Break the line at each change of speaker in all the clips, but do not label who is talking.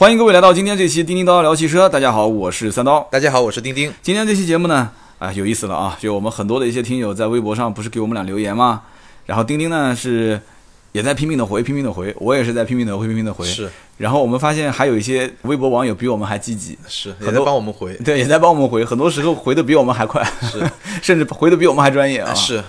欢迎各位来到今天这期《叮叮叨叨聊汽车》，大家好，我是三刀。
大家好，我是丁丁。
今天这期节目呢，啊，有意思了啊！就我们很多的一些听友在微博上不是给我们俩留言吗？然后丁丁呢是也在拼命的回，拼命的回，我也是在拼命的回，拼命的回。
是
然后我们发现还有一些微博网友比我们还积极，
是，
很
也在
多
帮我们回。
对，也在帮我们回，很多时候回的比我们还快，
是
甚至回的比我们还专业啊。
是，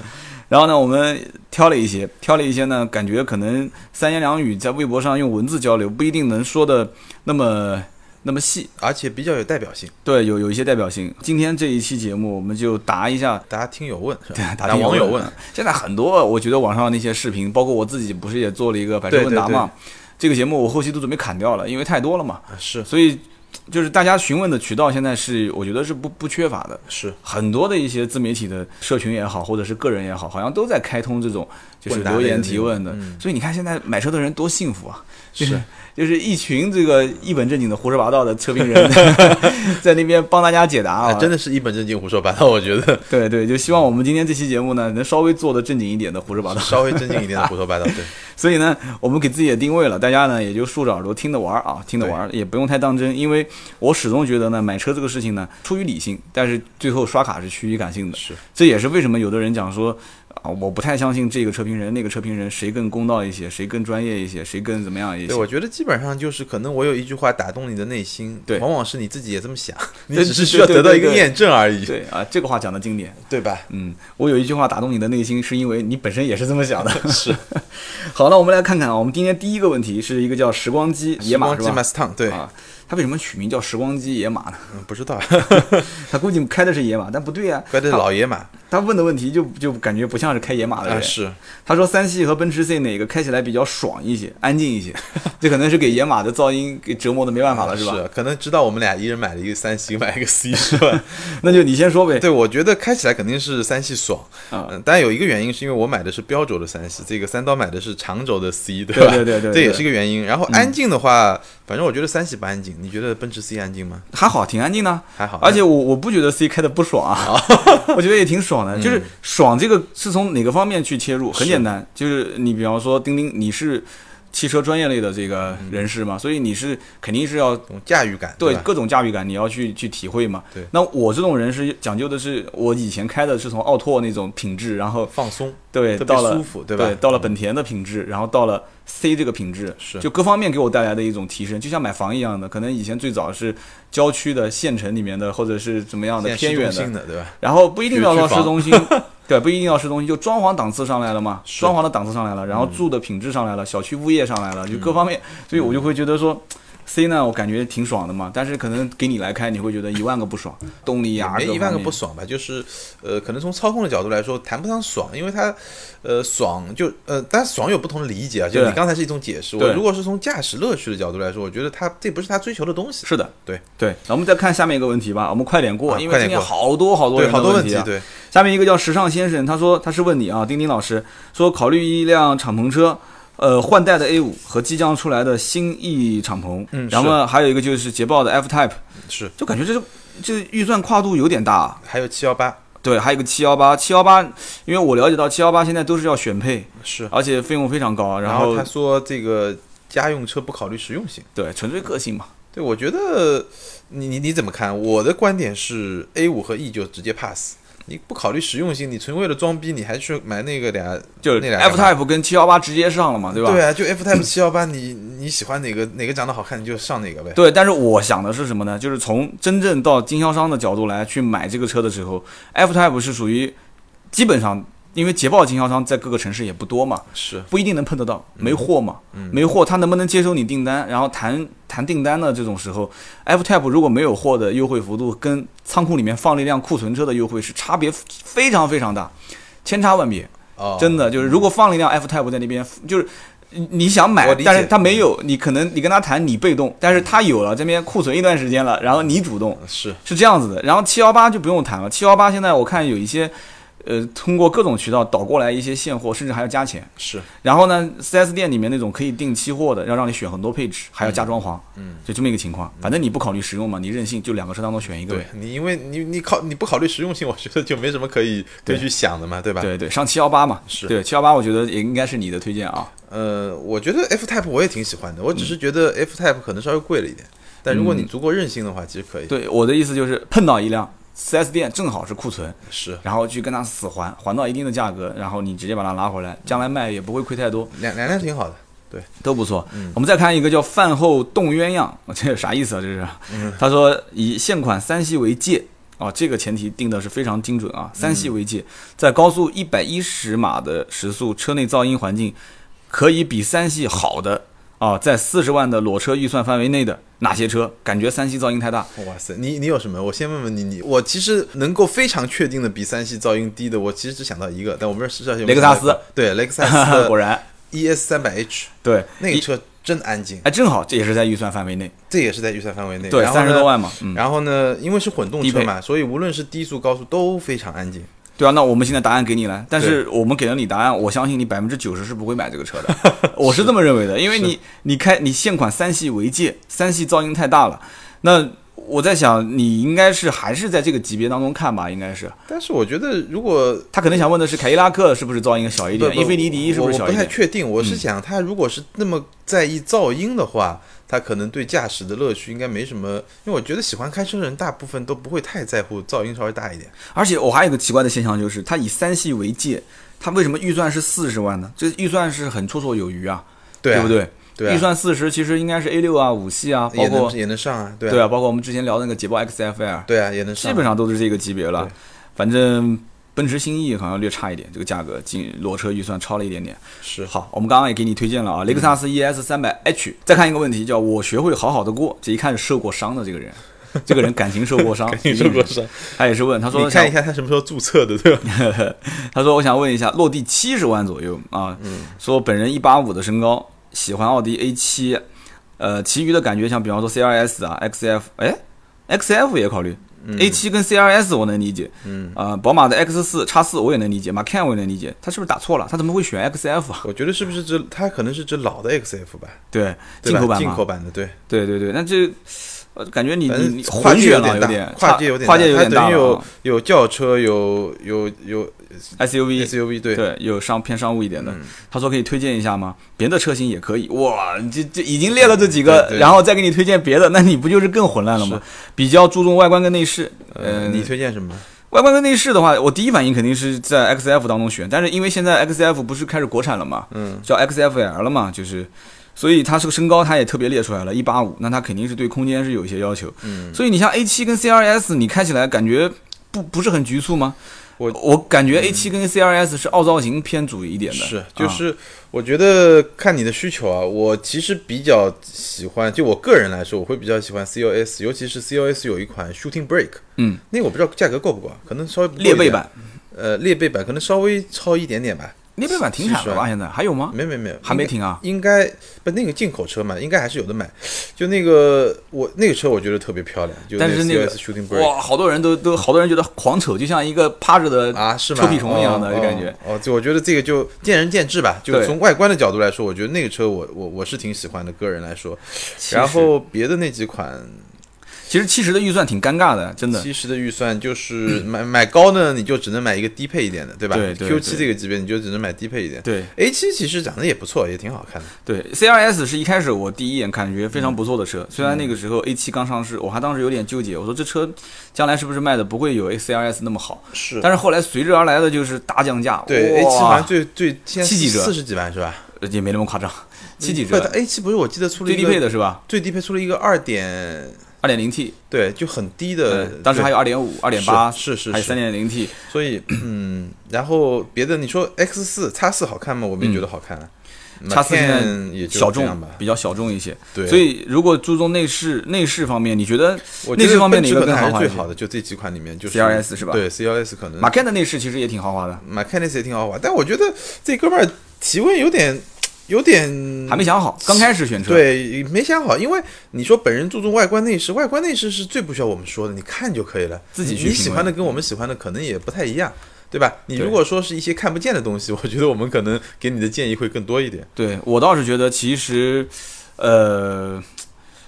然后呢，我们挑了一些，挑了一些呢，感觉可能三言两语在微博上用文字交流，不一定能说的那么那么细。
而且比较有代表性。
对，有有一些代表性。今天这一期节目，我们就答一下，
大家听友问是吧？
答
家
听
网友问，。
现在很多，我觉得网上那些视频，包括我自己，不是也做了一个百车问答
对对
嘛？这个节目我后期都准备砍掉了，因为太多了嘛。
啊是
所以，就是大家询问的渠道，现在是我觉得是不不缺乏的。
是
很多的一些自媒体的社群也好，或者是个人也好，好像都在开通这种就是
问答类
留
的
言
这种
提问的。所以你看现在买车的人多幸福啊！就是
是
就是一群这个一本正经的胡说八道的车评 人在那边帮大家解答啊，
哎，真的是一本正经胡说八道，我觉得
对对，就希望我们今天这期节目呢，能稍微做的正经一点的胡说 八道。
稍微正经一点的胡说八道。 对，
所以呢，我们给自己也定位了，大家呢也就竖着耳朵听着玩儿啊，听着玩儿，也不用太当真，因为我始终觉得呢，买车这个事情呢，出于理性，但是最后刷卡是趋于感性的。
是
这也是为什么有的人讲说啊，我不太相信这个车评人、那个车评人谁更公道一些，谁更专业一些，谁更怎么样一
对，
些。
我觉得基本上就是，可能我有一句话打动你的内心，
对
往往是你自己也这么想，你
对
只
对
是需要
对
得到
对
一个
对
验证而已，
对啊，这个话讲的经典。
对吧？
嗯，我有一句话打动你的内心，是因为你本身也是这么想的。
是
好，那我们来看看啊，我们今天第一个问题是一个叫时光机野马
时
是
光机
吧？
Mustang，对，
啊，它为什么取名叫时光机野马呢？
嗯不知道，
他估计开的是野马，但不对啊，
怪这老野马
他问的问题就就感觉不像是开野马的人。
啊，是
他说三系和奔驰 C 哪个开起来比较爽一 些、安静一些？这可能是给野马的噪音给折磨的没办法了，是吧？
是，可能知道我们俩一人买了一个三系，买了一个 C 是吧？
那就你先说呗。
对，我觉得开起来肯定是三系爽，
啊
嗯，但有一个原因是因为我买的是标轴的三系，这个三刀买的是长轴的 C，对
对
吧？
对对对
这也
对嗯
是一个原因。然后安静的话，反正我觉得三系不安静，你觉得奔驰 C 安静吗？
还好，挺安静的。
还好，
而且我我不觉得 C 开的不爽啊， 我觉得也挺爽的。就是爽这个是从哪个方面去切入？很简单，就是你比方说丁丁，你是汽车专业类的这个人士嘛，所以你是肯定是要
那种驾驭感，
嗯对
吧
各种驾驭感，你要去去体会嘛。
对
那我这种人是讲究的是，我以前开的是从奥拓那种品质，然后
放松，
对
特别
到了
舒服，对吧？嗯
到了本田的品质，然后到了 C 这个品质，
是
就各方面给我带来的一种提升，就像买房一样的，可能以前最早是郊区的、县城里面的，或者是怎么样的
现
偏
在市
远
中
的
心，的，对吧？
然后不一定要到
有区
市中 心，对，不一定要市中心，就装潢档次上来了嘛，
是嗯
装潢的档次上来了，然后住的品质上来了，小区物业上来了，就各方面，所以我就
嗯
会觉得说。C 呢，我感觉挺爽的嘛，但是可能给你来开，你会觉得一万个不爽，动力
也
啊，
没
各
一万
方
个
面
不爽吧，就是，呃，可能从操控的角度来说，谈不上爽，因为它，呃，爽就，呃，但爽有不同的理解啊，就
对
你刚才是一种解释，
对
我如果是从驾驶乐趣的角度来说，我觉得它这不是他追求的东西，
是的，
对
对。那我们再看下面一个问题吧，我们快点过，
啊
因为
快
今
点
天
过
好多好多
对，
人的
好多
问
问
题
题
啊，。
对，
下面一个叫时尚先生，他说他是问你啊，丁丁老师说考虑一辆敞篷车，呃，换代的 A 五和即将出来的新 E 敞篷，
嗯
然后还有一个就是捷豹的 F Type，
是，
就感觉这这预算跨度有点大、啊。
还有七幺八，
对，还有一个七幺八，七幺八，因为我了解到七幺八现在都是要选配，
是。
而且费用非常高，啊然
然
后
后他说这个家用车不考虑实用性，
对，纯粹个性嘛。
对我觉得你你你怎么看？我的观点是 A 五和 E 就直接 pass。你不考虑实用性，你纯为了装逼，你还去买那个俩，
就是
那俩
F Type 跟七幺八直接上了嘛，对吧？
对啊，就 F Type 七幺八，你你喜欢哪个哪个长得好看，你就上哪个呗。
对，但是我想的是什么呢？就是从真正到经销商的角度来去买这个车的时候，F Type 是属于基本上，因为捷豹经销商在各个城市也不多嘛，
是
不一定能碰得到，没货嘛，没货，他能不能接收你订单？然后谈谈订单的这种时候，F Type 如果没有货的优惠幅度，跟仓库里面放了一辆库存车的优惠是差别非常非常大，千差万别。
哦，
真的就是，如果放了一辆 F Type 在那边，就是你你想买
我理，解嗯
但是他没有，你可能你跟他谈你被动，但是他有了这边库存一段时间
嗯
了，然后你主动
是
是这样子的。然后七幺八就不用谈了，七幺八现在我看有一些，呃，通过各种渠道导过来一些现货，甚至还要加钱。
是
然后呢，4S 店里面那种可以订期货的，要让你选很多配置，还要加装潢，
嗯，
就这么一个情况。反正你不考虑实用嘛，你任性，就两个车当中选一个呗
对。你，因为你你考你不考虑实用性，我觉得就没什么可以可以去想的嘛，对吧？
对对，上七幺八嘛，
是
对七幺八，718我觉得也应该是你的推荐啊。
呃，我觉得 F Type 我也挺喜欢的，我只是觉得
嗯
F Type 可能稍微贵了一点，但如果你足够任性的话，其实可以。
对，我的意思就是碰到一辆 4S 店正好是库存，
是
然后去跟他死还，还到一定的价格，然后你直接把它拿回来，将来卖也不会亏太多，
两两辆挺好的，对，
都不错。
嗯
我们再看一个叫“饭后冻鸳鸯”，这啥意思啊？这是
嗯
他说以现款三系为界。啊，这个前提定的是非常精准
嗯
啊！三系为界，在高速一百一十码的时速，车内噪音环境可以比三系好的啊，在四十万的裸车预算范围内的哪些车，感觉三系噪音太大？
哇塞，你你有什么？我先问问你，你我其实能够非常确定的比三系噪音低的，我其实只想到一个，但我不知道是叫什么。
雷克萨斯，
对，雷克萨 斯
果
的
然，
ES 三百 H
对，
那个
一
车真安静，
哎，正好这也是在预算范围内，
这也是在预算范围内。
对，
然后
三十
呢
多万嘛，嗯，
然后呢，因为是混动
低
车
配
嘛，所以无论是低速、高速都非常安静。
对啊，那我们现在答案给你了，但是我们给了你答案，我相信你百分之九十是不会买这个车 的，我是这么认为的，因为你你开你现款三系为界，三系噪音太大了，那我在想你应该是还是在这个级别当中看吧，应该是
但是我觉得，如果
他可能想问的是凯迪拉克是不是噪音小一点，
不不
英菲尼迪是不是
我
小
我
一
不太
点？嗯
确定，我是想他如果是那么在意噪音的话，他可能对驾驶的乐趣应该没什么，因为我觉得喜欢开车的人大部分都不会太在乎噪音稍微大一点。
而且我还有一个奇怪的现象就是，他以三系为界，他为什么预算是四十万呢？这预算是很绰绰有余啊，
对啊
不对？
对啊
预算四十其实应该是 A 六啊、五系啊，包
也
括
能也能上啊，对
对
啊，
啊，包括我们之前聊的那个捷豹 XFL，
对啊，也能
基
上啊。
本上都是这个级别了
对。
反正奔驰新 E 好像略差一点，这个价格进裸车预算超了一点点。
是
好，我们刚刚也给你推荐
嗯
了啊，雷克萨斯 ES 三百 H。再看一个问题，叫我学会好好的过，这一看是受过伤的这个人，这个人感情受过 伤，
你说过是？
他也是问，他说
你看一
想
下他什么时候注册的，对吧？
他说我想问一下，落地七十万左右啊，
嗯
说本人一八五的身高，喜欢奥迪 A 七，呃，其余的感觉像比方说 CRS 啊，XF，哎，XF 也考虑。A
嗯
七跟 CRS 我能理解，嗯，啊、宝马的 X 四、x 四我也能理解，马 can 我也能理解，他是不是打错了？他怎么会选 XF 啊？
我觉得是不是指他可能是指老的 XF 吧，
对，
对
进
吧？
口版嘛，
进口版的，对。
对对对，那这呃感觉你
反
你
正
你
跨
混
界
血
有
了，
大
点，
跨界有点
跨界有
它
点大
等于
了
有
啊
有轿车，有有有呃
SUV
SUV，对，嗯
对，有商偏商务一点的，他说可以推荐一下吗？别的车型也可以。哇，你这这已经列了这几个
对，对
然后再给你推荐别的，那你不就是更混乱了吗？比较注重外观跟内饰。
呃，
嗯
你推荐什么？
外观跟内饰的话，我第一反应肯定是在 XF 当中选，但是因为现在 XF 不是开始国产了嘛，
嗯，
叫 XFL 了嘛，就是，所以它这个身高它也特别列出来了，一八五，那它肯定是对空间是有一些要求，嗯，所以你像 A 七跟 CRS，你开起来感觉不不是很局促吗？
我嗯
我感觉 A 七跟 CRS 是傲造型偏主一点的，
是
啊，
就是我觉得看你的需求啊，我其实比较喜欢，就我个人来说，我会比较喜欢 COS，尤其是 COS 有一款 Shooting Break，
嗯，
那个我不知道价格够不够，啊，可能稍微不够一
列
点
背，版，
呃，列背版可能稍微超一点点吧，
列背版停产了吧？现在还有吗？
没没没，
还没停啊？
应该不那个进口车嘛，应该还是有的买。就那个我那个车，我觉得特别漂亮，就
但是那个
COS Shooting Break
哇，好多人都都好多人觉得狂丑，就像一个趴着的
啊，是吗？
臭屁虫一样的
哦
感觉。
哦。哦，就我觉得这个就见仁见智吧。就
对
从外观的角度来说，我觉得那个车我我我是挺喜欢的，个人来说。
其
然
实
后别的那几款，
其实七十的预算挺尴尬的，真的。
其实的预算就是买买高呢，你就只能买一个低配一点的，对吧
对对
q 7
对
这个级别你就只能买低配一点。
对
A 7其实长得也不错，也挺好看的。
对，CRS 是一开始我第一眼感觉非常不错的车，虽然那个时候
嗯
A 7刚上市，我还当时有点纠结，我说这车将来是不是卖的不会有 CRS 那么好？
是
但是后来随之而来的就是大降价，
对 A 7好像
哇
最最现在
七几折
四十几万是吧？
也没那么夸张，七几
不
折，
，A 7不是我记得出了
最
一
低
个
配的是吧？
最低配出了一个二点，
二点零 T，呃
对，就很低的，
当时还有二点五、二
二
点八，
是是
还
是
有三点零 T，
所以嗯，然后别的你说 X 四叉四好看吗？我没觉得好看啊。
叉嗯四现
Macan 也
在
就
小
这样
众
吧，
比较小众一些。
对
所以如果注重内饰内饰方面，你觉得
我觉
内
得
饰方面
奔
哪
驰
个
可
更
能还
豪华
是最
一些？
好的，就这几款里面就是
CLS 是吧
对，CLS 可能
马 can 的内饰其实也挺豪华的，
马 a n 那些也挺豪华，但我觉得这哥们儿提问有点有点
还没想好，刚开始选车。
对，没想好，因为你说本人注重外观内饰，外观内饰是最不需要我们说的，你看就可以了。
自己
你
去
你
品
喜
味
欢的跟我们喜欢的可能也不太一样，对吧？你
对
如果说是一些看不见的东西，我觉得我们可能给你的建议会更多一点。
对我倒是觉得，其实，呃，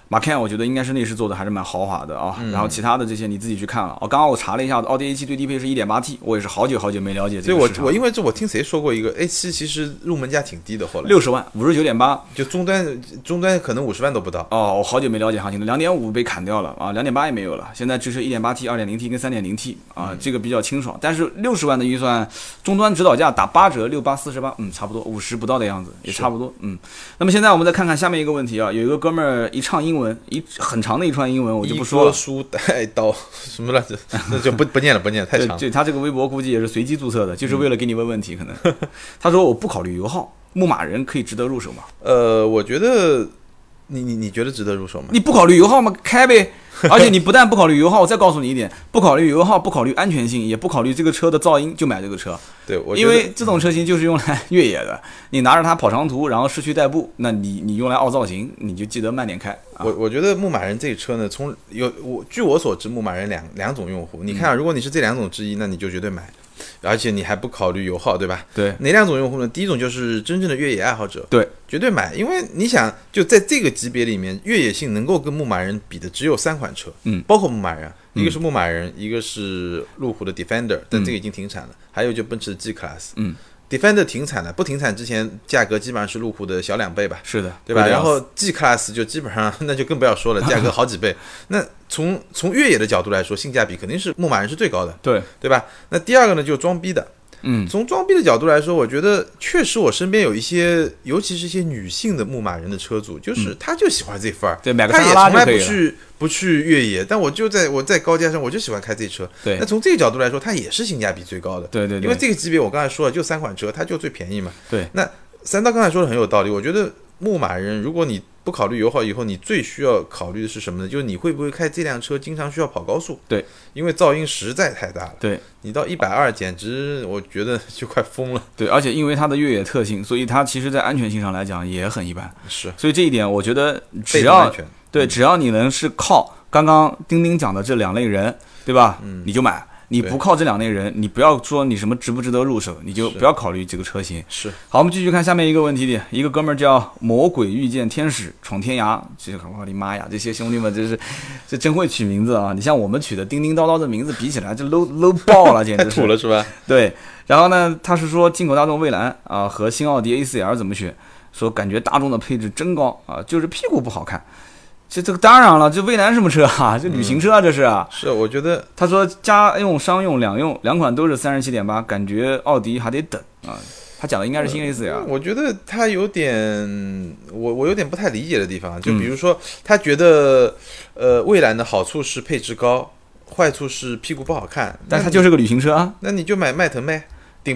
马 can 我觉得应该是内饰做的还是蛮豪华的啊，
嗯
然后其他的这些你自己去看了。哦，刚刚我查了一下，奥迪 A7 最低配是 1.8T，我也是好久好久没了解
所
这
以
个
我
市场
我。因为这我听谁说过一个 A 七其实入门价挺低的，后来
六十万，五十九点八，
就终端终端可能五十万都不到。
哦，我好久没了解行情了，两点五被砍掉了啊，两点八也没有了，现在支持一点八 T、二点零 T 跟三点零 T
嗯
啊，这个比较清爽。但是六十万的预算，终端指导价打八折，六八四十八，嗯，差不多五十不到的样子，也差不多，嗯。那么现在我们再看看下面一个问题啊，有一个哥们儿一唱英文，一很长的一串英文，我就不说
一
了
锅。书带刀什么来着？那就不不念了，不念了，太
对
长嗯了。
对，他这个微博估计也是随机注册的，就是为了给你问问题， 可能。他说我不考虑油耗，牧马人可以值得入手吗？
呃，我觉得你你你觉得值得入手吗？
你不考虑油耗吗？开 呗！而且你不但不考虑油耗，我再告诉你一点，不考虑油耗，不考虑安全性，也不考虑这个车的噪音，就买这个车。
对，我觉
因
得
为这种车型就是用来越野的， 你拿着它跑长途，然后市区代步，那你你用来凹造型，你就记得慢点开啊。
我我觉得牧马人这一车呢，从有我据我所知，牧马人两两种用户。你
嗯
看、啊，如果你是这两种之一，那你就绝对买，而且你还不考虑油耗，对吧？
对
哪两种用户呢？第一种就是真正的越野爱好者，
对，
绝对买，因为你想就在这个级别里面，越野性能够跟牧马人比的只有三款车，
嗯，
包括牧马人，啊一个是牧马人，一个是路虎的 Defender，但这个已经停产了，还有就奔驰的 G Class，
嗯
，Defender 停产了，不停产之前价格基本上是路虎的小两倍吧，
是的，
对吧？
贵得
然
要死
后 G Class 就基本上 那就更不要说了，价格好几 倍。那从从越野的角度来说，性价比肯定是牧马人是最高的，
对，
对吧？那第二个呢，就是装逼的。
嗯，
从装逼的角度来说，我觉得确实我身边有一些，尤其是一些女性的牧马人的车主，就是她就喜欢 Z 范儿，
对嗯买个
她也
沙拉
从来
就可
不
以了
去不去越野，但我就在我在高架上，我就喜欢开这车。
对
那从这个角度来说，它也是性价比最高的。
对对对
因为这个级别我刚才说了，就三款车，它就最便宜嘛。
对，
那三刀刚才说的很有道理，我觉得牧马人，如果你不考虑油耗以后，你最需要考虑的是什么呢？就是你会不会开这辆车经常需要跑高速？
对，
因为噪音实在太大了。
对
你到一百二，简直我觉得就快疯了。
对，而且因为它的越野特性，所以它其实在安全性上来讲也很一般。
是，
所以这一点，我觉得
被
只要
安全。
对，只要你能是靠刚刚丁丁讲的这两类人，对吧？嗯，你就买。你
对
不靠这两类人，你不要说你什么值不值得入手，你就是不要考虑这个车型。
是
好，我们继续看下面一个问题点，一个哥们儿叫《魔鬼遇见天使闯天涯》，这个我的妈呀，这些兄弟们真是，这真会取名字啊！你像我们取的叮叮叨叨的名字比起来，这 low low 爆了，简
太
直是
土了是 吧？
对，然后呢，他是说进口大众蔚蓝啊和新奥迪 A4L 怎么选，说感觉大众的配置真高啊，就是屁股不好看。这这个当然了，这蔚蓝什么车啊？这旅行车啊，这是啊。
是，我觉得
他说家用、商用两用两款都是三十七点八，感觉奥迪还得等啊。他讲的应该是新 A4L，
我觉得他有点，我我有点不太理解的地方，啊就
嗯
比如说，他觉得，呃，蔚蓝的好处是配置高，坏处是屁股不好看，
但
那
它
你
就是个旅行车啊。
那你就买迈腾呗，顶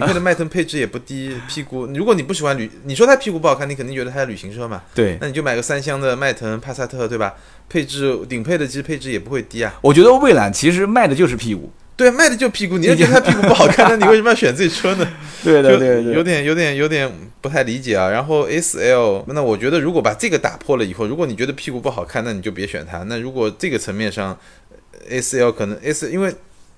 配的迈腾配置也不低，屁股，如果你不喜欢旅，你说它屁股不好看，你肯定觉得它是旅行车嘛，
对，
那你就买个三厢的迈腾、帕萨特，对吧？配置顶配的其实配置也不会低啊，
我觉得蔚蓝其实卖的就是屁股。
对，卖的就屁股，你要觉得它屁股不好看，那你为什么要选这车呢？
对
就有，点有点有点不太理解啊。然后 S L，那我觉得如果把这个打破了以后，如果你觉得屁股不好看，那你就别选它。那如果这个层面上，S L 可能 S 因为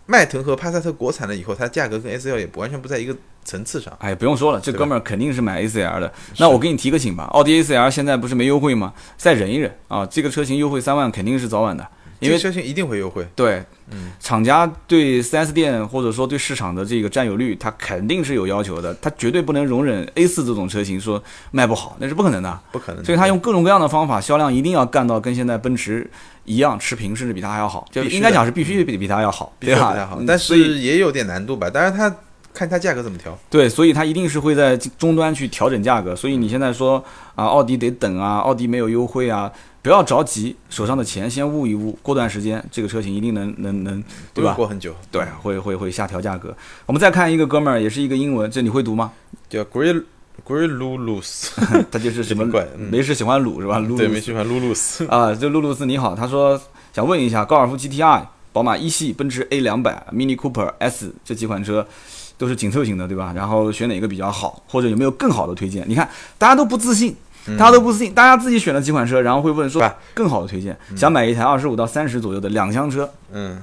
迈腾和帕萨特国产了以后，它价格跟 S L 也不完全不在一个层次上。
哎，不用说了，这
对吧
哥们儿肯定是买 A4L 的。那我给你提个醒吧，奥迪 A4L 现在不是没优惠吗？再忍一忍啊，这个车型优惠三万肯定是早晚的，因
这个
为
车型一定会优惠，
对，
嗯
厂家对 4S 店或者说对市场的这个占有率，它肯定是有要求的，它绝对不能容忍 A4 这种车型说卖不好，那是不可能的。
不可能的。
所以它用各种各样的方法，销量一定要干到跟现在奔驰一样持平，甚至比它还要好，就
必须的嗯
应该讲是必须比比它要好，
必须
对
不
吧？
太好
嗯，
但
所以
是也有点难度吧。当然它看它价格怎么调。
对，所以它一定是会在终端去调整价格。所以你现在说啊，奥迪得等啊，奥迪没有优惠啊，不要着急，手上的钱先捂一捂，过段时间这个车型一定能能能，
不
对
用
吧？
过很久，
对，会会会下调价格。我们再看一个哥们儿，也是一个英文，这你会读吗？
叫 Grey Grey Lulus，
他就是什么
有点怪嗯
没事喜欢撸是吧？撸
对，没喜欢 Lulus，
啊，这露露斯你好，他说想问一下，高尔夫 GTI、宝马一系、奔驰 A 两百、Mini Cooper S 这几款车都是紧凑型的，对吧？然后选哪个比较好，或者有没有更好的推荐？你看，大家都不自信。大家都不自信，大家自己选了几款车，然后会问说
嗯对
更好的推荐，想买一台二十五到三十左右的两厢车，
嗯。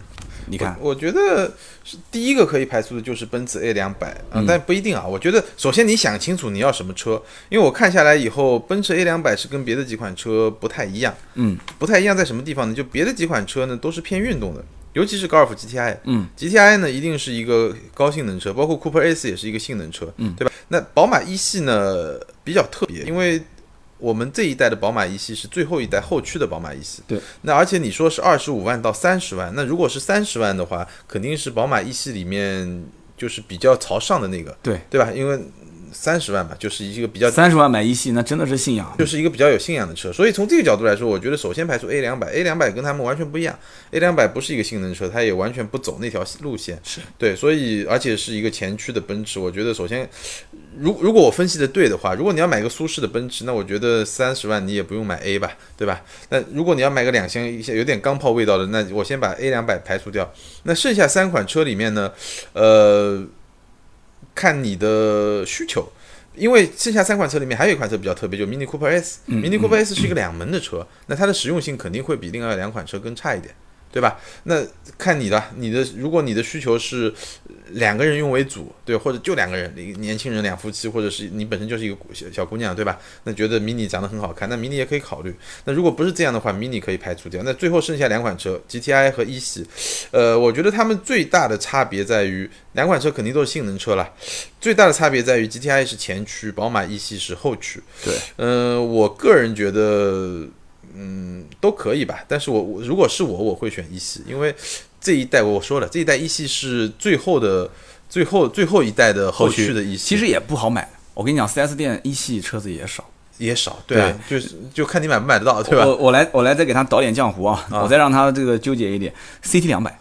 你看，
我觉得是第一个可以排除的就是奔驰 A 两百
嗯
啊，但不一定啊。我觉得首先你想清楚你要什么车，因为我看下来以后，奔驰 A 两百是跟别的几款车不太一样。
嗯，
不太一样在什么地方呢？就别的几款车呢都是偏运动的，尤其是高尔夫 GTI。
嗯
，GTI 呢一定是一个高性能车，包括 Cooper S 也是一个性能车，
嗯
对吧？那宝马一系呢比较特别，因为我们这一代的宝马 E 一系是最后一代后驱的宝马一系。
对，
那而且你说是二十五万到三十万，那如果是三十万的话，肯定是宝马一系里面就是比较朝上的那个，
对
对吧？因为三十万嘛，就是一个比较
三十万买一系那真的是信仰。
就是一个比较有信仰的车。所以从这个角度来说，我觉得首先排除 A 两百，A 两百跟他们完全不一样，A 两百不是一个性能车，它也完全不走那条路线。
是
对，所以而且是一个前驱的奔驰，我觉得首先，如如果我分析的对的话，如果你要买个苏式的奔驰，那我觉得三十万你也不用买 A 吧，对吧？那如果你要买个两厢一些有点钢炮味道的，那我先把 A 两百排除掉。那剩下三款车里面呢，呃，看你的需求。因为剩下三款车里面还有一款车比较特别，就 Mini Cooper S。Mini Cooper S 是一个两门的车，那它的实用性肯定会比另外两款车更差一点，对吧？那看你的，你的如果你的需求是呃两个人用为主，对，或者就两个人，你年轻人两夫妻，或者是你本身就是一个小小姑娘，对吧？那觉得 Mini 长得很好看，那 Mini 也可以考虑。那如果不是这样的话，Mini 可以排除掉。那最后剩下两款车，GTI 和一系，呃，我觉得它们最大的差别在于，两款车肯定都是性能车了，最大的差别在于 GTI 是前驱，宝马一系是后驱。
对，
呃，我个人觉得，嗯，都可以吧。但是我我如果是我，我会选一系，因为这一代我说了，这一代一系是最后的。最后最后一代的后驱的一 E 系，
其实也不好买。我跟你讲，4S 店一系车子也少。
也少，对啊，就是就看你买不买得到，对吧
我我来我来再给他倒点浆糊啊，我再让他这个纠结一点。CT 两百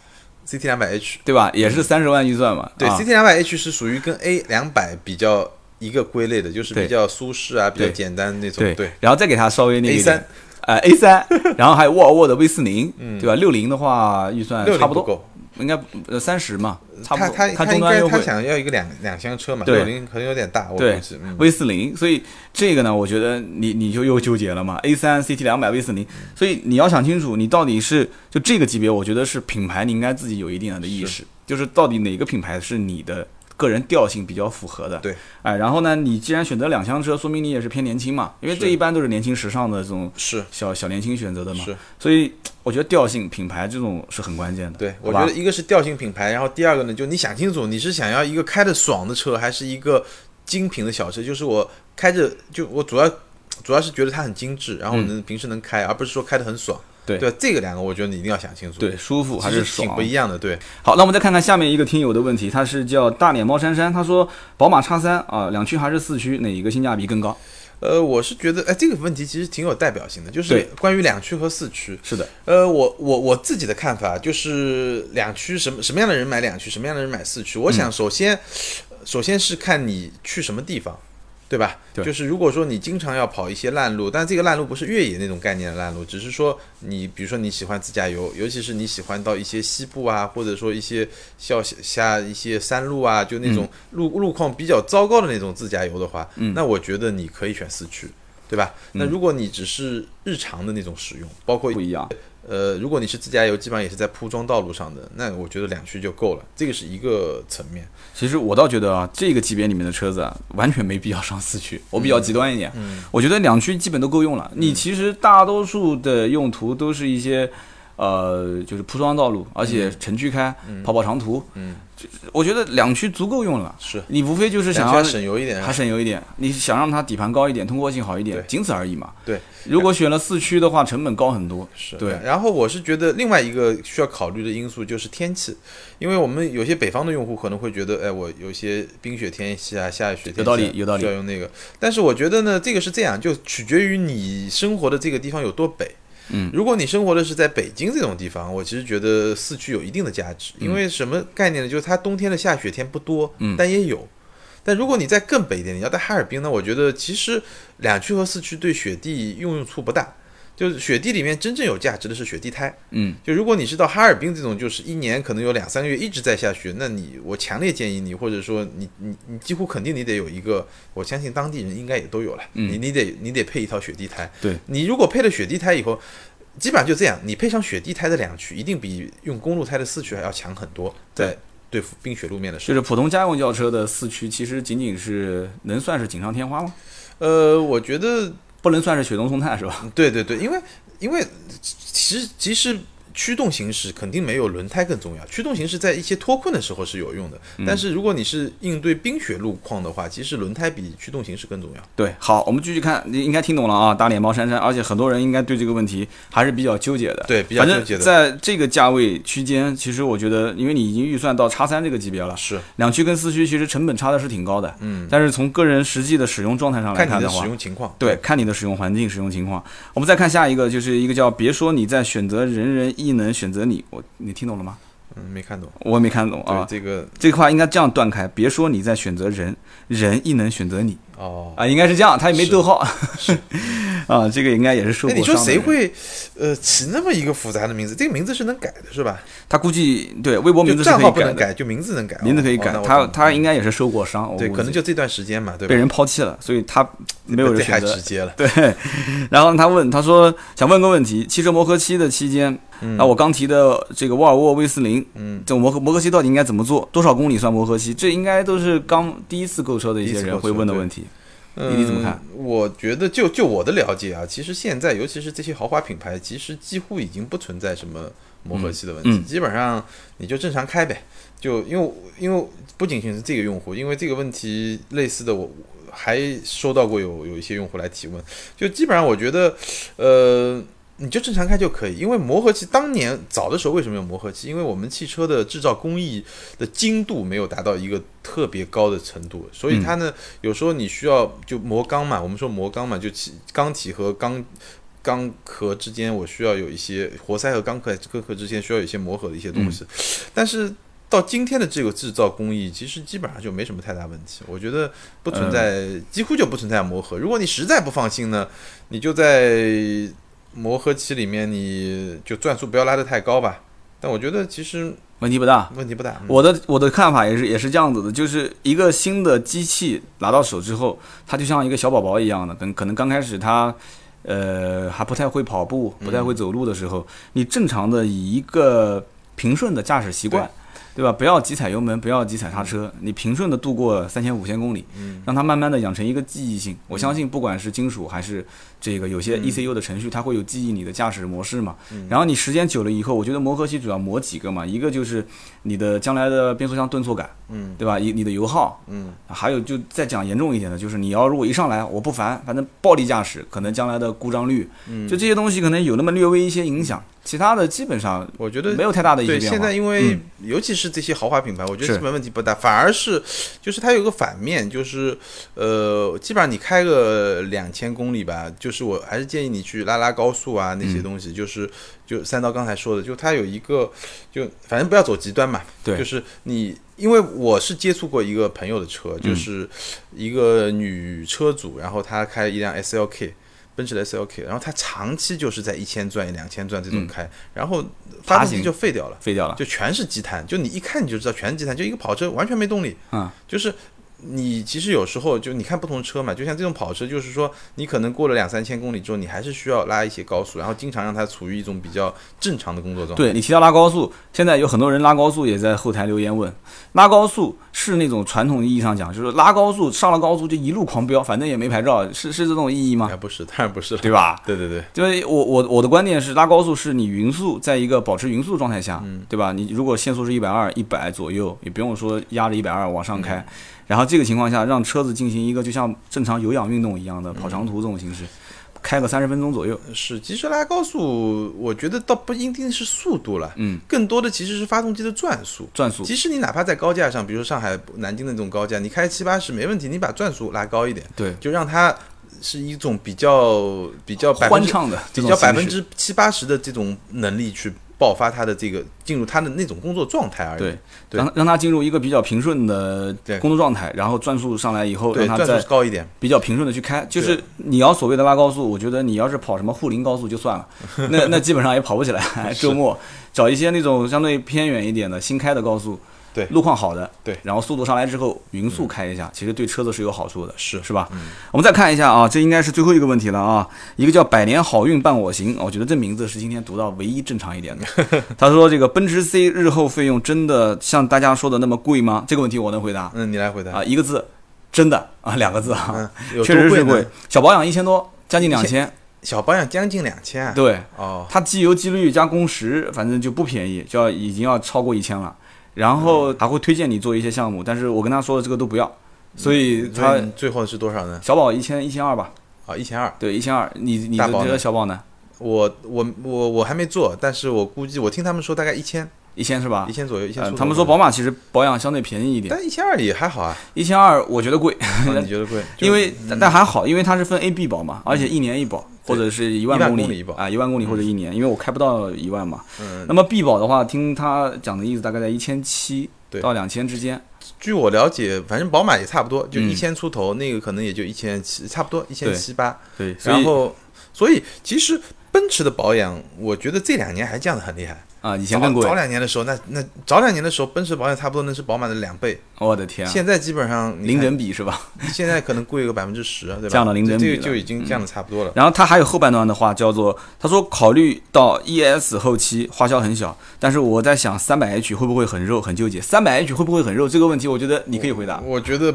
？CT 两百 H，
对吧？也是三十万预算嘛。
对
啊
，CT 两百 H 是属于跟 A 两百比较一个归类的，就是
对
比较舒适啊，比较
对
简单那种，
对
对，
然后再给他稍微那个
A
一
三嗯
点。呃，A 三， 然后还有沃尔沃的 V 四零，对吧？六零的话预算
六
呃差不
零不
多，
够，
应该呃三十嘛，差不
他
多。
他
看
应
终端
该
优
他
惠。
想要一个两两厢车嘛，
对
六零可能有点大，我
对
估计，嗯，
，V 四零，所以这个呢，我觉得你你就又纠结了嘛。A 三 CT 两百 V 四零，所以你要想清楚，你到底是就这个级别，我觉得是品牌，你应该自己有一定的意识，就是到底哪个品牌是你的个人调性比较符合的。
对，
哎，然后呢，你既然选择两厢车，说明你也是偏年轻嘛，因为这
是
一般都是年轻时尚的这种
是
小小年轻选择的嘛。
是，
所以我觉得调性、品牌这种是很关键的。
对，
好
我
吧
觉得一个是调性品牌，然后第二个呢，就你想清楚，你是想要一个开着爽的车，还是一个精品的小车？就是我开着，就我主要主要是觉得它很精致，然后能、平时能开，而不是说开得很爽。
嗯对
对吧，这个两个我觉得你一定要想清楚。
对，舒服还
其实
是爽，啊
挺不一样的。对，
好，那我们再看看下面一个听友的问题，他是叫大脸猫珊珊，他说宝马叉三啊，两驱还是四驱，哪一个性价比更高？
呃，我是觉得，哎，这个问题其实挺有代表性的，就是
对
关于两驱和四驱。
是的，
呃，我我我自己的看法就是，两驱什么什么样的人买两驱，什么样的人买四驱。我想首先，呃首先是看你去什么地方，对吧？
对
就是如果说你经常要跑一些烂路，但这个烂路不是越野那种概念的烂路，只是说你比如说你喜欢自驾游，尤其是你喜欢到一些西部啊，或者说一些像下一些山路啊，就那种路、路况比较糟糕的那种自驾游的话，那我觉得你可以选四驱。对吧？那如果你只是日常的那种使用，包括
不一样。
呃，如果你是自驾游，基本上也是在铺装道路上的，那我觉得两驱就够了，这个是一个层面。
其实我倒觉得啊，这个级别里面的车子啊，完全没必要上四驱。我比较极端一点，
嗯
我觉得两驱基本都够用了。你其实大多数的用途都是一些，呃，就是铺装道路，而且城区开，跑跑长途。
嗯
这，我觉得两驱足够用了。
是
你无非就是想
两驱
要
还省油一点
还省油一点。你想让它底盘高一点，通过性好一点
对，
仅此而已嘛。
对，
如果选了四驱的话，成本高很多。
是
对
然后我是觉得另外一个需要考虑的因素就是天气，因为我们有些北方的用户可能会觉得，哎，我有些冰雪天气啊，下雪天气啊
有道理有道理
需要用那个。但是我觉得呢，这个是这样，就取决于你生活的这个地方有多北。
嗯，
如果你生活的是在北京这种地方，我其实觉得四驱有一定的价值，因为什么概念呢？就是它冬天的下雪天不多，
嗯
但也有。但如果你在更北一点，你要在哈尔滨呢，我觉得其实两驱和四驱对雪地用处不大，就是雪地里面真正有价值的是雪地胎。
嗯，
就如果你是到哈尔滨这种，就是一年可能有两三个月一直在下雪，那你我强烈建议你，或者说你你你几乎肯定你得有一个，我相信当地人应该也都有了，你你得你得配一套雪地胎。
对
你如果配了雪地胎以后，基本上就这样，你配上雪地胎的两驱，一定比用公路胎的四驱还要强很多。
对
在对付冰雪路面的时
就是普通家用轿车的四驱，其实仅仅是能算是锦上添花吗？
候，呃，我觉得
不能算是雪中送炭是吧？
对对对，因为因为其实其实驱动形式肯定没有轮胎更重要，驱动形式在一些脱困的时候是有用的，
嗯
但是如果你是应对冰雪路况的话，其实轮胎比驱动形式更重要。
对，好，我们继续看，你应该听懂了啊，大脸猫珊珊，而且很多人应该对这个问题还是比较纠结的。
对比较纠结
反正
的
在这个价位区间，其实我觉得，因为你已经预算到叉三这个级别了，
啊是
两驱跟四驱其实成本差的是挺高的。嗯，但是从个人实际的使用状态上来
看
看
你的
的话
使，用情况。
对，看你的使用环境、使用情况。我们再看下一个，就是一个叫“别说你在选择人人亦能选择你”，我你听懂了吗？
嗯，没看懂。
我也没看懂
对
啊。
这个
这块应该这样断开，别说你在选择人，人亦能选择你
哦，
啊，应该是这样，他也没逗号 啊，这个应该也是受
那
过
你
伤的
说
人。
谁会呃起那么一个复杂的名字？这个名字是能改的，是吧？
他估计对微博名
就
字是
账
可
号
以
不
改
能
的，
改，就名字能改。
名字可以
哦
改
那。我
他
懂
他应该也是受过伤，我
对，
估
可能
计
就这段时间嘛，对吧？
被人抛弃了，所以他没有人
这还
选择
直接了。
对，然后他问，他说想问个问题，汽车磨合期的期间，那、我刚提的这个沃尔沃 V 四零，
嗯，
这磨合磨合期到底应该怎么做？多少公里算磨合期？这应该都是刚第一次购车的一
第一
些
次
人
购
会
车
问的
对
问题。
嗯
你怎么看？
我觉得就就我的了解啊，其实现在尤其是这些豪华品牌，其实几乎已经不存在什么磨合期的问题，
嗯嗯
基本上你就正常开呗。就因为我因为不仅仅是这个用户，因为这个问题类似的我。我还收到过有有一些用户来提问，就基本上我觉得，呃，你就正常开就可以，因为磨合期当年早的时候为什么有磨合期？因为我们汽车的制造工艺的精度没有达到一个特别高的程度，所以它呢，有时候你需要就磨钢嘛，我们说磨钢嘛，就其钢体和钢。钢壳之间，我需要有一些活塞和钢壳钢壳之间需要有一些磨合的一些东西，但是到今天的这个制造工艺，其实基本上就没什么太大问题。我觉得不存在，几乎就不存在磨合。如果你实在不放心呢，你就在磨合期里面，你就转速不要拉得太高吧。但我觉得其实
问题不大。
问题不大。嗯
我的我的看法也是也是这样子的，就是一个新的机器拿到手之后，它就像一个小宝宝一样的，等可能刚开始它，呃，还不太会跑步，不太会走路的时候，你正常的以一个平顺的驾驶习惯，对吧？不要急踩油门，不要急踩刹车，你平顺的度过三千五千公里，让它慢慢的养成一个记忆性。我相信，不管是金属还是这个有些 ECU 的程序，它会有记忆你的驾驶模式嘛。然后你时间久了以后，我觉得磨合期主要磨几个嘛，一个就是你的将来的变速箱顿挫感，
嗯，
对吧？你你的油耗，
嗯，
还有就再讲严重一点的，就是你要如果一上来我不烦，反正暴力驾驶，可能将来的故障率，嗯，就这些东西可能有那么略微一些影响，其他的基本上
我觉得
没有太大的一些
对，
变化。
现在因为尤其是这些豪华品牌，我觉
是
得基本问题不大，反而是就是它有个反面，就是呃，基本上你开个两千公里吧，就是我还是建议你去拉拉高速啊
嗯
那些东西，就是就三刀刚才说的，就它有一个就反正不要走极端嘛，
对
就是你。因为我是接触过一个朋友的
嗯
车，就是一个女车主，然后她开一辆 SLK，奔驰的 SLK，然后她长期就是在一千转、两千转这种开，然后发
嗯爬
动机
行
就废掉了。
废掉了，
就全是积碳，就你一看你就知道全是积碳，就一个跑车完全没动力。
嗯，
就是你其实有时候就你看不同车嘛，就像这种跑车，就是说你可能过了两三千公里之后，你还是需要拉一些高速，然后经常让它处于一种比较正常的工作状态。
对你提到拉高速，现在有很多人拉高速也在后台留言问，拉高速是那种传统意义上讲，就是拉高速上了高速就一路狂飙，反正也没牌照，是是这种意义吗？
哎，不是，当然不是了。
啊对吧？
对对对，
对我我我的观点是，拉高速是你匀速，在一个保持匀速状态下，
嗯
对吧？你如果限速是一百二、一百左右，也不用说压着一百二往上
嗯
开。然后这个情况下，让车子进行一个就像正常有氧运动一样
嗯
的跑长途这种形式，开个三十分钟左右。
是，其实拉高速，我觉得倒不一定是速度了，
嗯，
更多的其实是发动机的转速。
转速
其实你哪怕在高架上，比如说上海、南京的那种高架，你开七八十没问题，你把转速拉高一点，
对
就让它是一种比较比较百分
欢
之
畅的这
比
种
较百
形
分
式
之七八十的这种能力去爆发它的这个进入它的那种工作状态而已。
对，
对
让让它进入一个比较平顺的
对
工作状态，然后转速上来以后，让
对，
它
转
再
速高一点。
比较平顺的去开。就是你要所谓的拉高速，我觉得你要是跑什么沪宁高速就算 了，那那基本上也跑不起来。周末找一些那种相对偏远一点的新开的高速，
对
路况好的，
对嗯
然后速度上来之后匀速开一下，其实对车子是有好处的，
是嗯
是吧？我们再看一下啊，这应该是最后一个问题了啊，一个叫百年好运伴我行，我觉得这名字是今天读到唯一正常一点的。 他说这个奔驰 C 日后费用真的像大家说的那么贵吗？这个问题我能回答
嗯，你来回答
啊，一个字，真的啊，两个字啊，
嗯，有
确
多
实是
呢
贵，，小保养一千多，将近两千，
小保养将近两千啊。
对，
哦，
它机油机滤加工时，反正就不便宜，就要已经要超过一千了。然后
嗯
还会推荐你做一些项目，但是我跟他说的这个都不要，所以
所
他
以你最后是多少呢？
小保一千一千二吧，
啊，一千二。
对，一千二。你你
大
的
保呢
这个小保呢？
我我我我还没做，但是我估计我听他们说大概一千
一千是吧
一？千左右，一千
呃
出头。
他们说宝马其实保养相对便宜一点，
但一千二也还 好啊，
一千二我觉得贵，
啊你觉得贵？就嗯
因为但但还好，因为它是分 A、B 保嘛，而且一年一保或
对
者是一万
1万
公
公里一保
啊，一万公里或者一年，因为我开不到一万嘛。
嗯，
那么 B 保的话，听他讲的意思，大概在一千七
对
到两千之间。
据我了解，反正宝马也差不多，就
嗯
一千出头，那个可能也就一千七，差不多一千七八。
对，所以
然后，所以其实奔驰的保养，我觉得这两年还降得很厉害。
啊，以前
早
更贵
早。两年的时候，那那早两年的时候，奔驰保养差不多那是宝马的两倍，
我的天啊，
现在基本上你
零
看
整比是吧？
现在可能贵个百分之十，对 吧？
降到零整比
这
了嗯
个就已经降的差不多了。
然后它还有后半段的话叫做，他说考虑到 ES 后期花销很小，但是我在想三百 H 会不会很肉，很纠结。三百 H 会不会很肉这个问题，我觉得你可以回答。
我觉得，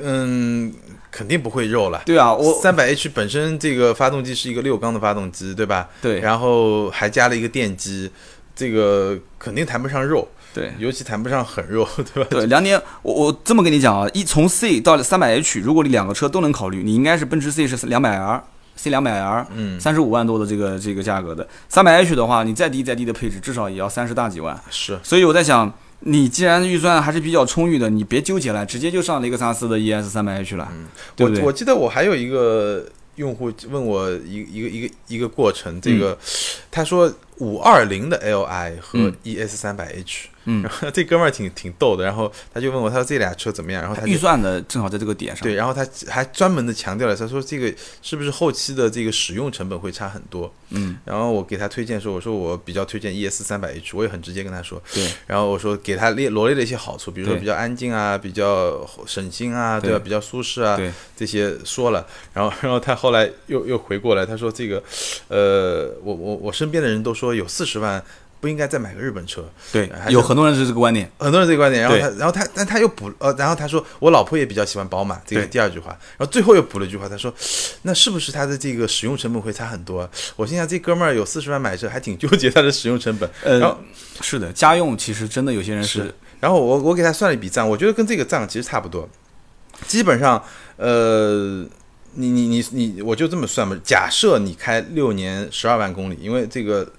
嗯，肯定不会肉了。
对啊，我
三百 H 本身这个发动机是一个六缸的发动机，对吧？
对
然后还加了一个电机，这个肯定谈不上肉，
对。
尤其谈不上很肉， 对吧？
对，两点，我我这么跟你讲啊，一从 C 到三百 H，如果你两个车都能考虑，你应该是奔驰 C 是两百 R，C 两百 R，
嗯，
三十五万多的这个这个价格的。三百 H 的话，你再低再低的配置，至少也要三十大几万。
是
所以我在想，你既然预算还是比较充裕的，你别纠结了，直接就上雷克萨斯的 ES 三百 H 了，
嗯
对不
我我
对？
记得我还有一个用户问我一个一个一个一个过程，这个、他说五二零的 Li 和
嗯
ES 三百 H，
嗯
然 后这哥们儿挺挺逗的，然后他就问我，他说这俩车怎么样？然后他就
预算的正好在这个点上，
对，然后他还专门的强调了，他说这个是不是后期的这个使用成本会差很多？
嗯，
然后我给他推荐说，我说我比较推荐 ES 三百 H，我也很直接跟他说，
对，
然后我说给他列罗列了一些好处，比如说
对
比较安静啊，比较省心啊，对吧？
对
比较舒适啊
对，
这些说了，然后 然后他后来又又回过来，他说这个，呃，我我我身边的人都说有四十万不应该再买个日本车，
对
还，是
有很多人是这个观点，
很多人这个观点，然后
对
他，然后他，但他又补，呃，然后他说，我老婆也比较喜欢宝马，这
对
个是第二句话，然后最后又补了一句话，他说，那是不是他的这个使用成本会差很多啊？我心想，这哥们儿有四十万买车，还挺纠结他的使用成本。然
呃
后，
是的，家用其实真的有些人
是然后我我给他算了一笔账，我觉得跟这个账其实差不多，基本上，呃，你你你你，我就这么算吧。假设你开六年十二万公里，因为这个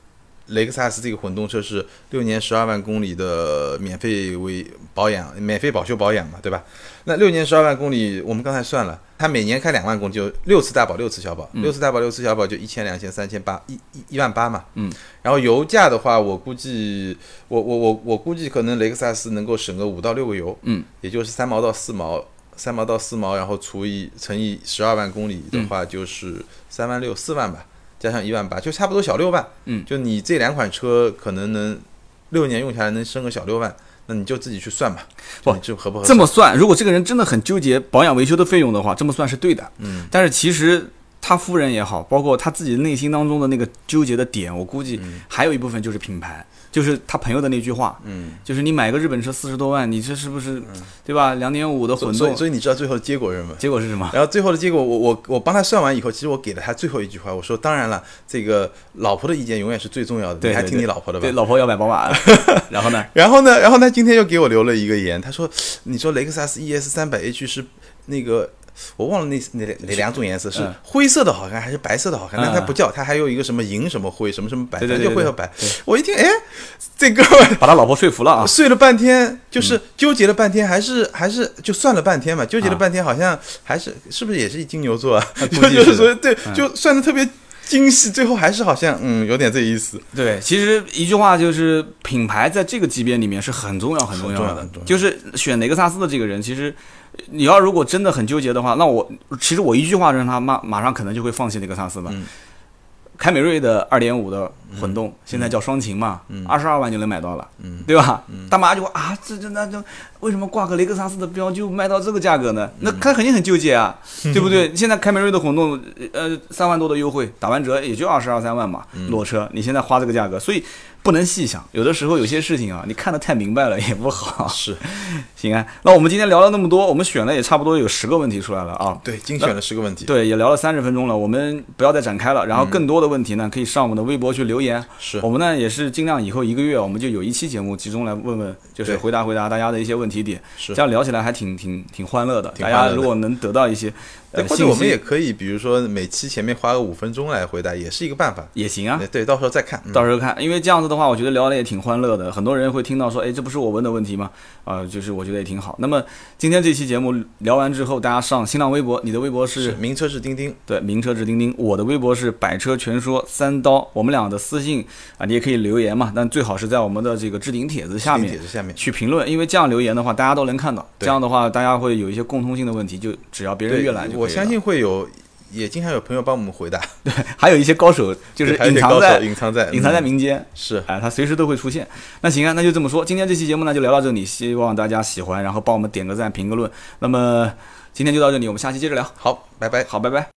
雷克萨斯这个混动车是六年十二万公里的免费维保养、免费保修保养嘛，对吧？那六年十二万公里，我们刚才算了，它每年开两万公里，就六次大保、六次小保，
嗯
六次大保、六次小保就一千、两千、三千八、一一一万八嘛。
嗯。
然后油价的话，我估计，我我我我估计可能雷克萨斯能够省个五到六个油，
嗯，
也就是三毛到四毛，三毛到四毛，然后除以乘以十二万公里
嗯
的话，就是三万六四万吧，加上一万八，就差不多小六万。
嗯
就你这两款车可能能六年用下来能升个小六万，那你就自己去算吧，
不
就你这合不合
这
算？
么算，如果这个人真的很纠结保养维修的费用的话，这么算是对的。
嗯，
但是其实他夫人也好，包括他自己内心当中的那个纠结的点，我估计还有一部分就是品牌，就是他朋友的那句话，
嗯，
就是你买个日本车四十多万，你这是不是对吧？两点五的
所
混
所
动
以，所以你知道最后的结果是什么？
结果是什么？
然后最后的结果，我我我帮他算完以后，其实我给了他最后一句话，我说当然了，这个老婆的意见永远是最重要的，
对，
你还
对
听
对
你老婆的吧
对，？老婆要买宝 马，然后呢？
然后呢，然后他今天又给我留了一个言，他说：“你说雷克萨斯 ES 三百 H 是那个。”我忘了那那哪两种颜色是
嗯
灰色的好看还是白色的好看？
嗯
但它不叫，它还有一个什么银什么灰什么什么白，
对
反
对
正
对
就灰
对
和白。我一听，哎，这哥们儿
把他老婆说服了啊！嗯
睡了半天，就是纠结了半天，还是还是就算了半天
啊
嘛，纠结了半天，好像还是是不是也是一金牛座啊？
估
就
计嗯
就是是说对，就算的特别精细，最后还是好像嗯有点这意思。
对，其实一句话就是品牌在这个级别里面是很重要很重
很重
要
要
的
很重，要
就是选雷克萨斯的这个人，其实呃你要如果真的很纠结的话，那我其
嗯
实我一句话让他马马上可能就会放弃雷克萨斯了。凯美瑞的二点五的混动，现在叫双擎嘛，
嗯
二十二万就能买到了，对吧？大妈就啊，这这那就为什么挂个雷克萨斯的标就卖到这个价格呢？那他肯定很纠结啊，对不对？现在凯美瑞的混动，呃，三万多的优惠，打完折也就二十二三万嘛，裸车，你现在花这个价格，所以不能细想，有的时候有些事情啊，你看得太明白了也不好。
是
行啊，那我们今天聊了那么多，我们选了也差不多有十个问题出来了啊。
对，精选了十个问题，
对，也聊了三十分钟了，我们不要再展开了。然后更多的问题呢，可以上我们的微博去留言。
是
我们呢也是尽量以后一个月，我们就有一期节目集中来问问，就是
对
回答回答大家的一些问题点。
是
这样聊起来还挺挺挺欢乐的。
挺
大
欢
家
乐的
如果能得到一些呃
对或
信
者我们
息
也可以，比如说每期前面花个五分钟来回答，也是一个办法。
也行啊
对。对，到时候再看。嗯
到时候看，因为这样子的话，我觉得聊的也挺欢乐的。很多人会听到说，哎，这不是我问的问题吗？啊、就是我觉得也挺好。那么今天这期节目聊完之后，大家上新浪微博，你的微博
是名车是钉钉，
对，名车志钉钉，我的微博是百车全说三刀，我们俩的私信啊，你也可以留言嘛，但最好是在我们的这个置顶帖子下
钉帖
面
子下面。
去评论，因为这样留言的话，大家都能看到，
对
这样的话大家会有一些共通性的问题，就只要别人
对
阅览就可以了
我相，信会有，也经常有朋友帮我们回答，
还有一些高手就是
对还有
隐
一些
藏
高手
在
隐藏在
隐藏在
嗯
民间。
是
哎，他随时都会出现。那行啊，那就这么说，今天这期节目呢就聊到这里，希望大家喜欢，然后帮我们点个赞、评个论。那么今天就到这里，我们下期接着聊。
好，拜拜。
好，拜拜。